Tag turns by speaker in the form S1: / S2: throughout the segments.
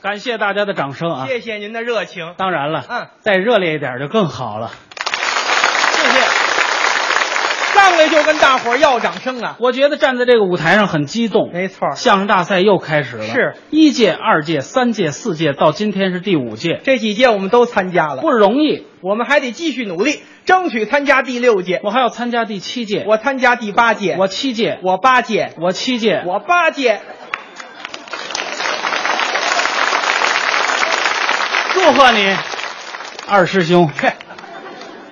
S1: 感谢大家的掌声啊！
S2: 谢谢您的热情，
S1: 当然了，
S2: 嗯，
S1: 再热烈一点就更好了。
S2: 谢谢。上来就跟大伙儿要掌声啊！
S1: 我觉得站在这个舞台上很激动。
S2: 没错儿
S1: 相声大赛又开始了，
S2: 是
S1: 一届、二届、三届、四届，到今天是第五届，
S2: 这几届我们都参加了，
S1: 不容易。
S2: 我们还得继续努力，争取参加第六届。
S1: 我还要参加第七届，
S2: 我参加第八届，
S1: 我七届，
S2: 我八届，
S1: 我七届，
S2: 我八届。
S1: 祝贺你，二师兄。
S2: 嘿，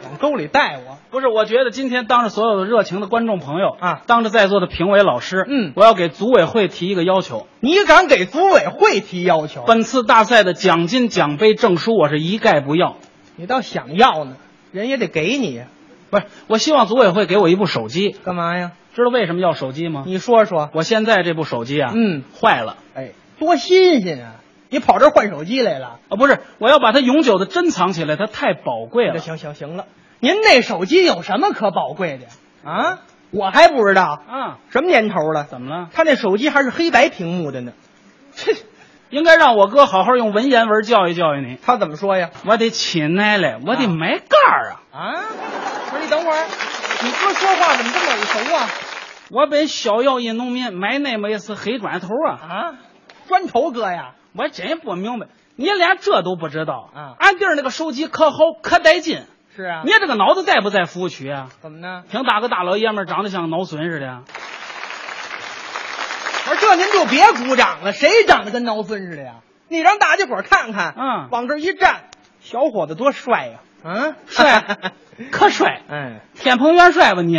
S2: 往沟里带我，
S1: 不是，我觉得今天当着所有的热情的观众朋友
S2: 啊
S1: 当着在座的评委老师，
S2: 嗯
S1: 我要给组委会提一个要求，
S2: 你敢给组委会提要求？
S1: 本次大赛的奖金、奖杯、证书，我是一概不要。
S2: 你倒想要呢，人也得给你呀，
S1: 不是，我希望组委会给我一部手机，
S2: 干嘛呀？
S1: 知道为什么要手机吗？
S2: 你说说，
S1: 我现在这部手机啊，
S2: 嗯，
S1: 坏了
S2: 哎，多新鲜啊！你跑这儿换手机来了？
S1: 啊，不是，我要把它永久的珍藏起来，它太宝贵
S2: 那
S1: 了。
S2: 行行行了，您那手机有什么可宝贵的呀啊？我还不知道
S1: 啊，
S2: 什么年头了，
S1: 怎么了？
S2: 他那手机还是黑白屏幕的呢。这
S1: 应该让我哥好好用文言文教育教育你。
S2: 他怎么说呀？
S1: 我得起奶来，我得
S2: 啊
S1: 买盖儿啊！
S2: 啊，不是你等会儿，你哥说话怎么这么耳熟啊？
S1: 我本小药一农民，买那么一次黑砖头啊！
S2: 啊，砖头哥呀，
S1: 我真不明白，你连这都不知道
S2: 啊
S1: 俺弟儿那个手机可好，可带劲。
S2: 是啊
S1: 你
S2: 你
S1: 这个脑子在不在服务区啊？
S2: 怎么呢？
S1: 挺大个大老爷们儿，长得像脑损似的。
S2: 我说这您就别鼓掌了，谁长得跟挠孙似的呀？你让大家伙儿看看，
S1: 嗯
S2: 往这儿一站，小伙子多帅呀、嗯，
S1: 帅，可帅！
S2: 哎，
S1: 天蓬元帅吧你？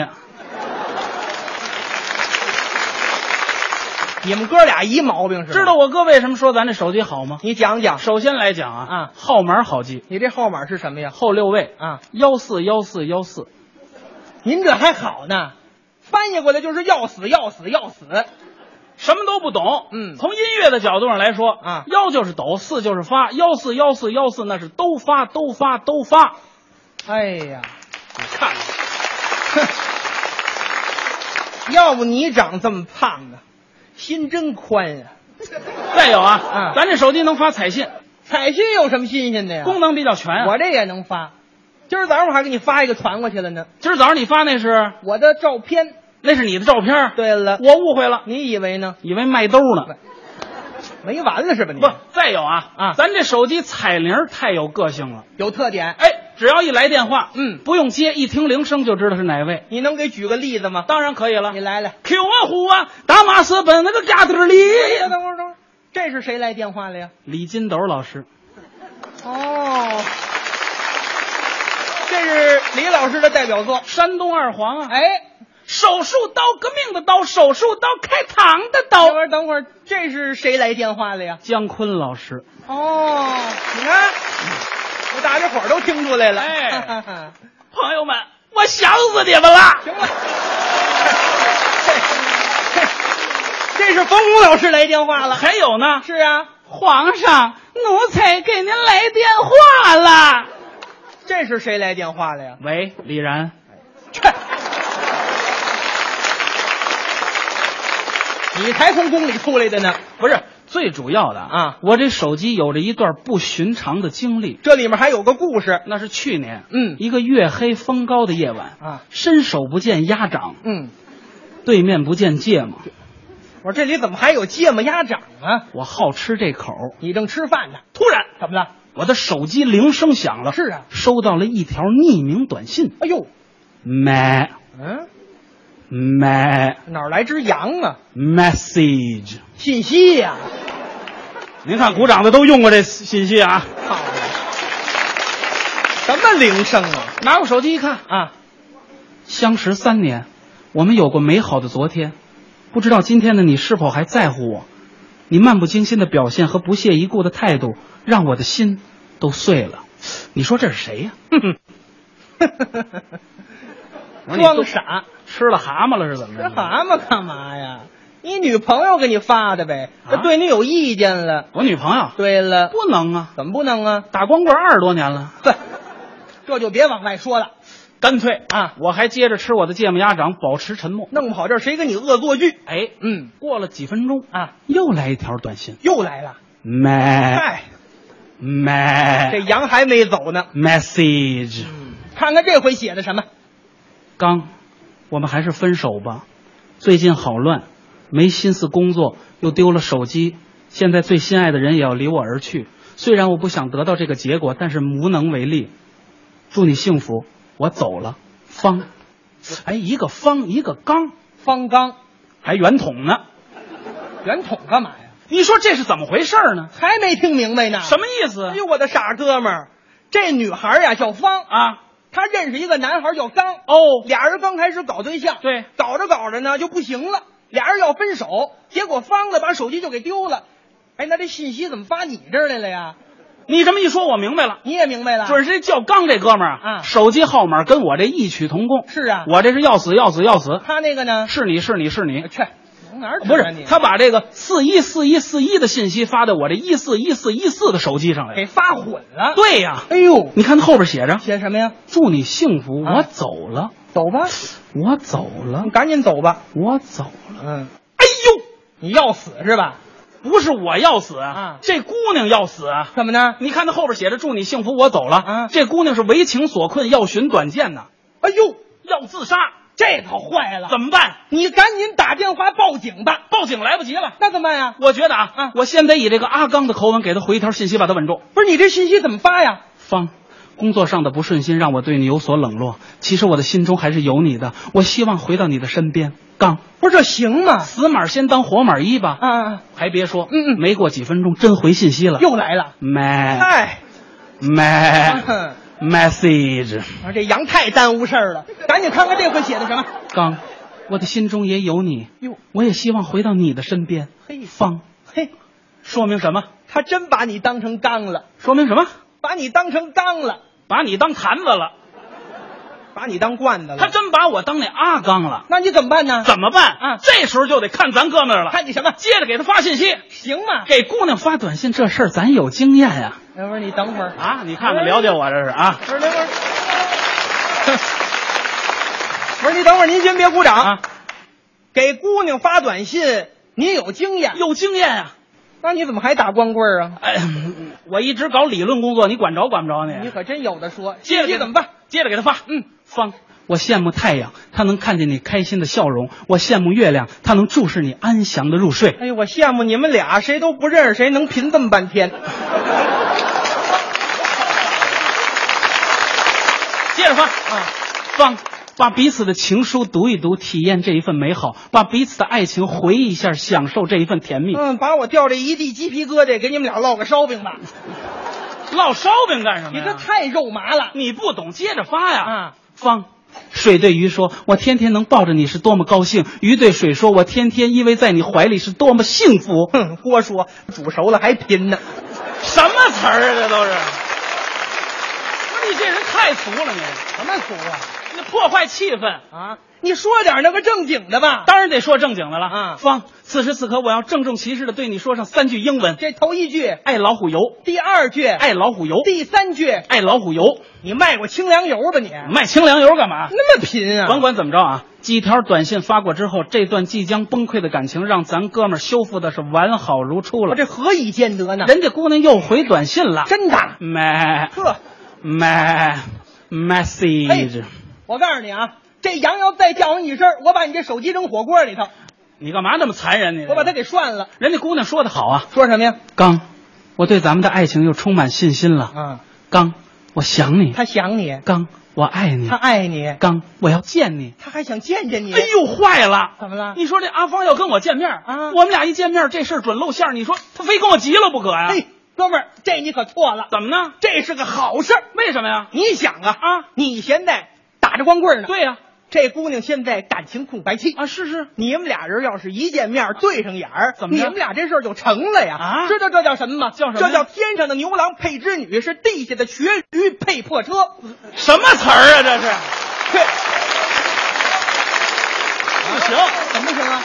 S2: 你们哥俩一毛病是吧？
S1: 知道我哥为什么说咱这手机好吗？
S2: 你讲讲，
S1: 首先来讲啊
S2: 啊，
S1: 号码好记，
S2: 你这号码是什么呀？
S1: 后六位
S2: 啊，
S1: 幺四幺四幺四。
S2: 您这还好呢，翻译过来就是要死要死要死。
S1: 什么都不懂，
S2: 嗯
S1: 从音乐的角度上来说
S2: 啊
S1: 幺就是抖，四就是发，幺四幺四幺四那是都发都发都发。
S2: 哎呀，
S1: 你看看，
S2: 要不你长这么胖啊，心真宽啊呀、
S1: 再有啊，
S2: 啊
S1: 咱这手机能发彩信，
S2: 彩信有什么新鲜的呀？
S1: 功能比较全啊。
S2: 我这也能发，今儿早上我还给你发一个传过去了呢，
S1: 今儿早上你发那是
S2: 我的照片。
S1: 那是你的照片儿，
S2: 对了，
S1: 我误会了，
S2: 你以为呢？
S1: 以为卖兜呢。
S2: 没完了是吧你？
S1: 不，再有啊
S2: 啊
S1: 咱这手机彩铃儿太有个性了。
S2: 有特点。
S1: 哎，只要一来电话，
S2: 嗯
S1: 不用接，一听铃声就知道是哪位。
S2: 你能给举个例子吗？
S1: 当然可以了
S2: 你来来。
S1: ，Q 啊虎啊，打马斯本那个嘎德里，
S2: 哎等会儿等会儿，这是谁来电话了呀？
S1: 李金斗老师。
S2: 哦，这是李老师的代表作。
S1: 山东二黄啊，
S2: 哎，
S1: 手术刀，革命的刀，手术刀，开膛的
S2: 等会
S1: 刀。
S2: 儿等会儿，这是谁来电话了呀？
S1: 姜昆老师，
S2: 哦，你看，我大家伙儿都听出来了。
S1: 哎，朋友们，我想死你们了！
S2: 行了。这是冯巩老师来电话了，
S1: 还有呢，
S2: 是啊，
S1: 皇上，奴才给您来电话了。
S2: 这是谁来电话了 呀？
S1: 喂，李然，
S2: 去！你才从宫里出来的呢，
S1: 不是最主要的
S2: 啊
S1: 我这手机有着一段不寻常的经历。
S2: 这里面还有个故事。
S1: 那是去年，
S2: 嗯
S1: 一个月黑风高的夜晚
S2: 啊
S1: 伸手不见鸭掌，
S2: 嗯，
S1: 对面不见芥末。
S2: 我说这里怎么还有芥末鸭掌啊？
S1: 我好吃这口，
S2: 你正吃饭呢，
S1: 突然
S2: 怎么了？
S1: 我的手机铃声响了，
S2: 是啊
S1: 收到了一条匿名短信，
S2: 哎呦，
S1: 买
S2: 嗯，
S1: 买
S2: 哪儿来只羊啊？
S1: message。
S2: 信息呀、
S1: 您看，鼓掌的都用过这信息啊。
S2: 好嘛什么铃声啊？
S1: 拿过手机一看，
S2: 啊，
S1: 相识三年，我们有过美好的昨天，不知道今天的你是否还在乎我？你漫不经心的表现和不屑一顾的态度，让我的心都碎了。你说这是谁呀、哼哼我说你都
S2: 装傻，
S1: 吃了蛤蟆了是怎么
S2: 吃
S1: 着？
S2: 蛤蟆干嘛呀？你女朋友给你发的呗，
S1: 啊
S2: 她对你有意见了。
S1: 我女朋友
S2: 对了，
S1: 不能啊，
S2: 怎么不能啊？
S1: 打光棍二十多年了。
S2: 哼，这就别往外说了，
S1: 干脆
S2: 啊
S1: 我还接着吃我的芥末鸭掌，保持沉默。
S2: 弄不好这谁跟你恶作剧。
S1: 哎，
S2: 嗯
S1: 过了几分钟，
S2: 啊，
S1: 又来一条短信，
S2: 又来了，
S1: my
S2: 嗨，这
S1: my
S2: 羊还没走呢。嗯
S1: message。
S2: 看看这回写的什么？
S1: 刚，我们还是分手吧。最近好乱，没心思工作，又丢了手机，现在最心爱的人也要离我而去。虽然我不想得到这个结果，但是无能为力。祝你幸福，我走了。方，哎，一个方，一个刚，
S2: 方刚，
S1: 还圆筒呢。
S2: 圆筒干嘛呀？
S1: 你说这是怎么回事儿呢？
S2: 还没听明白呢。
S1: 什么意思
S2: 哎呦，我的傻哥们儿，这女孩呀、叫方，
S1: 啊？
S2: 她认识一个男孩叫刚，
S1: 哦，
S2: 俩人刚开始搞对象，
S1: 对，
S2: 搞着搞着呢就不行了，俩人要分手，结果方呢把手机就给丢了。哎，那这信息怎么发你这儿来了呀？
S1: 你这么一说，我明白了。
S2: 你也明白了，
S1: 就是这叫刚这哥们儿
S2: 啊
S1: 手机号码跟我这异曲同工。
S2: 是啊，
S1: 我这是要死要死要死，
S2: 他那个呢？
S1: 是你是你是你，
S2: 去，往哪儿指
S1: 不
S2: 啊
S1: 是
S2: 你
S1: 他把这个四一四一四一的信息发到我这一四一四一四的手机上来了。
S2: 给发混了。
S1: 对呀，
S2: 哎呦，
S1: 你看后边写着
S2: 写什么呀？
S1: “祝你幸福”，
S2: 啊
S1: 我走了，
S2: 走吧，
S1: 我走了
S2: 你，赶紧走吧。
S1: 我走了。
S2: 嗯，
S1: 哎
S2: 你要死是吧？
S1: 呦，不是我要死
S2: 啊
S1: 这姑娘要死啊！
S2: 怎么呢？
S1: 你看他后边写着“祝你幸福”，我走了。
S2: 啊
S1: 这姑娘是为情所困，要寻短见呐，
S2: 哎呦，
S1: 要自杀，
S2: 这可坏了！
S1: 怎么办？
S2: 你赶紧打电话报警吧。
S1: 报警来不及了。
S2: 那怎么办呀？
S1: 我觉得啊，
S2: 啊
S1: 我先得以这个阿刚的口吻给他回一条信息，把他稳住。
S2: 不是你这信息怎么发呀？
S1: 方，工作上的不顺心让我对你有所冷落，其实我的心中还是有你的，我希望回到你的身边。刚，
S2: 不是这行吗？
S1: 死马先当活马医吧。
S2: 啊，
S1: 还别说，
S2: 嗯嗯
S1: 没过几分钟真回信息了，
S2: 又来了。
S1: 没
S2: 哎，
S1: 没
S2: 哼啊
S1: message。
S2: 这羊太耽误事儿了，赶紧看看这回写的什么。
S1: 刚，我的心中也有你，
S2: 哟，
S1: 我也希望回到你的身边。
S2: 嘿
S1: 方，
S2: 嘿，
S1: 说明什么？
S2: 他真把你当成刚了，
S1: 说明什么？
S2: 把你当成刚了，
S1: 把你当坛子了，
S2: 把你当罐子
S1: 他
S2: 了。
S1: 真把我当那阿刚了，
S2: 那你怎么办呢？
S1: 怎么办？
S2: 啊
S1: 这时候就得看咱哥们儿了，
S2: 看你什么
S1: 接着给他发信息。
S2: 行吗？
S1: 给姑娘发短信这事儿，咱有经验呀、
S2: 哎，不是你等会儿，
S1: 啊！你看看，了解我这是啊
S2: 不是等会儿，不是你等会儿， 您先别鼓掌。
S1: 啊，
S2: 给姑娘发短信，你有经验，
S1: 有经验呀、
S2: 那你怎么还打光棍儿啊？
S1: 哎，我一直搞理论工作，你管着管不着
S2: 你
S1: 你？
S2: 可真有的说，
S1: 接着
S2: 信
S1: 给
S2: 息
S1: 他
S2: 怎么办？？
S1: 接着给他发。
S2: 嗯，
S1: 方，我羡慕太阳，它能看见你开心的笑容；我羡慕月亮，它能注视你安详的入睡。
S2: 哎呦，我羡慕你们俩，谁都不认识谁，能贫这么半 天。
S1: 接着发。
S2: 啊，
S1: 方，把彼此的情书读一读，体验这一份美好；把彼此的爱情回忆一下，享受这一份甜蜜。
S2: 嗯，把我掉这一地鸡皮疙瘩，给你们俩烙个烧饼吧。
S1: 烙烧饼干什
S2: 你这太肉麻了
S1: 你不懂，接着发呀！
S2: 啊！
S1: 方。水对鱼说：“我天天能抱着你是多么高兴。”鱼对水说：“我天天依偎在你怀里是多么幸福。
S2: 哼，郭说煮熟了还贫呢。”
S1: 什么词儿啊？这都是！不是你这人太俗了，你
S2: 什么俗啊？
S1: 你破坏气氛。
S2: 啊，你说点那个正经的吧。
S1: 当然得说正经的了
S2: 啊
S1: 方，此时此刻我要郑重其事的对你说上三句英文：
S2: 这头一句，
S1: 爱老虎油，
S2: 第二句，哎
S1: 爱老虎油，
S2: 第三句，
S1: 爱老虎油。
S2: 你卖过清凉油吧你？
S1: 卖清凉油干嘛？
S2: 那么贫啊？
S1: 甭管怎么着啊，几条短信发过之后，这段即将崩溃的感情让咱哥们儿修复的是完好如初了
S2: 我。这何以见得呢？
S1: 人家姑娘又回短信了，
S2: 真的，
S1: 买
S2: 呵，
S1: 买 message，
S2: 哎我告诉你啊，这羊要再叫上一声，我把你这手机扔火锅里头，
S1: 哎你干嘛那么残忍你？
S2: 我把它给涮了。
S1: 人家姑娘说的好啊，
S2: 说什么呀？
S1: 刚，我对咱们的爱情又充满信心了。
S2: 啊，
S1: 刚，我想你。
S2: 他想你，
S1: 刚，我爱你
S2: 他。爱你，
S1: 刚，我要见你。
S2: 他还想见见你。
S1: 哎，呦，坏了！
S2: 怎么了？
S1: 你说这阿芳要跟我见面
S2: 啊
S1: 我们俩一见面，这事儿准露馅儿。你说他非跟我急了不可呀、
S2: 嘿，哎哥们儿，这你可错了，
S1: 怎么呢？
S2: 这是个好事儿。
S1: 为什么呀？
S2: 你想啊
S1: 啊，
S2: 你现在打着光棍儿呢，，
S1: 对呀、
S2: 这姑娘现在感情空白期
S1: 啊，。是是，
S2: 你们俩人要是一见面对上眼儿，
S1: 怎么
S2: 你
S1: 着
S2: 们俩这事儿就成了呀？
S1: 啊
S2: 知道这叫什么吗？
S1: 叫什么呀
S2: 这叫天上的牛郎配织女，是地下的瘸驴配破车。
S1: 嗯什么词儿啊？这是不行，
S2: 怎么不行啊？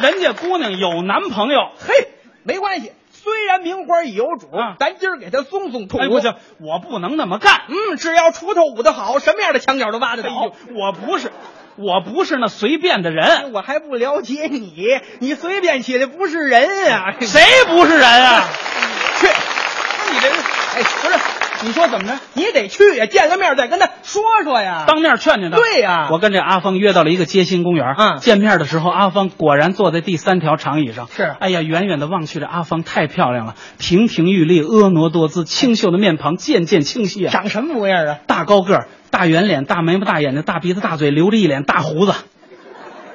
S1: 人家姑娘有男朋友。
S2: 嘿，没关系，虽然名花已有主，
S1: 啊
S2: 咱今儿给他松松土。
S1: 哎，不行，我不能那么干。
S2: 嗯，只要锄头舞得好，什么样的墙角都挖得
S1: 哎
S2: 到
S1: 呦。，我不是，我不是那随便的人，
S2: 哎我还不了解你，你随便起来不是人啊！
S1: 谁不是人啊？
S2: 去，那你这是哎，不是？你说怎么着？你得去呀，见个面再跟他说说呀。
S1: 当面劝劝他。
S2: 对呀
S1: 我跟这阿芳约到了一个街心公园。
S2: 嗯
S1: 见面的时候，阿芳果然坐在第三条长椅上。
S2: 是
S1: 哎呀，远远的望去，这阿芳太漂亮了，亭亭玉立，婀娜多姿，清秀的面庞渐渐清晰啊。
S2: 长什么模样啊？
S1: 大高个儿，大圆脸，大眉毛，大眼睛，大鼻子，大嘴，留着一脸大胡子，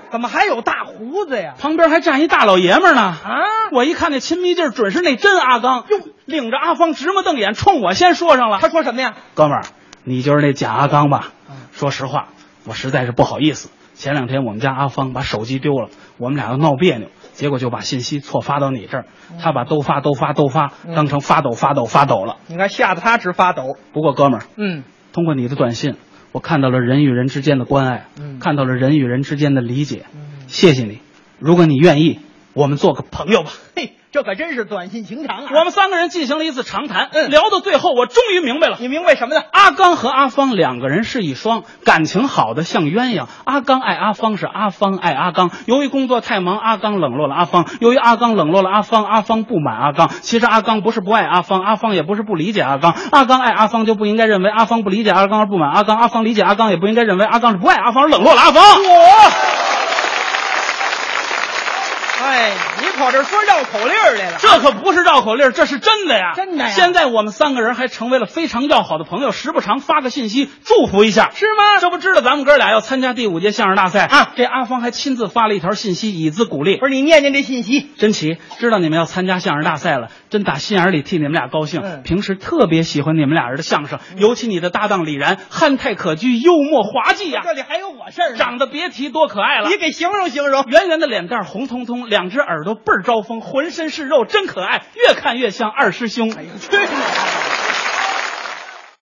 S2: 怎么还有大胡子呀？
S1: 旁边还站一大老爷们儿呢。
S2: 啊，
S1: 我一看那亲密劲儿，准是那真阿刚，领着阿芳直目瞪眼，冲我先说上了。
S2: 他说什么呀？
S1: 哥们儿，你就是那假阿刚吧？说实话，我实在是不好意思。前两天我们家阿芳把手机丢了，我们俩又闹别扭，结果就把信息错发到你这儿。他把都发都发都发当成发抖发抖发抖了。
S2: 你看吓得他直发抖。
S1: 不过哥们儿，
S2: 嗯，
S1: 通过你的短信，我看到了人与人之间的关爱，
S2: 嗯
S1: 看到了人与人之间的理解。谢谢你，如果你愿意，我们做个朋友吧。
S2: 嘿，这可真是短信情长啊！
S1: 我们三个人进行了一次长谈，
S2: 嗯
S1: 聊到最后，我终于明白了。
S2: 你明白什么呢？
S1: 阿刚和阿芳两个人是一双，感情好的像鸳鸯。阿刚爱阿芳是阿芳爱阿刚。由于工作太忙，阿刚冷落了阿芳；由于阿刚冷落了阿芳，阿芳不满阿刚。其实阿刚不是不爱阿芳，阿芳也不是不理解阿刚。阿刚爱阿芳就不应该认为阿芳不理解阿刚而不满阿刚，阿芳理解阿刚也不应该认为阿刚是不爱阿芳而冷落了阿芳。
S2: 我，哎，你跑这儿说绕口令儿来了。
S1: 这可不是绕口令，这是真的呀！
S2: 真的呀
S1: 现在我们三个人还成为了非常要好的朋友，时不常发个信息祝福一下，
S2: 是吗
S1: 这不知道咱们哥俩要参加第五届相声大赛
S2: 啊
S1: 这阿芳还亲自发了一条信息以资鼓励
S2: 不。是你念念这信息，
S1: 真奇，知道你们要参加相声大赛了，真打心眼里替你们俩高兴。
S2: 嗯
S1: 平时特别喜欢你们俩人的相声，尤其你的搭档李然，憨态可掬，幽默滑稽呀、
S2: 这里还有我事儿呢。
S1: 长得别提多可爱了。
S2: 你给形容形 容。
S1: 圆圆的脸蛋儿红彤彤，两只耳朵倍儿招风，浑身是肉，真可爱，越看越像二师兄。
S2: 去你的！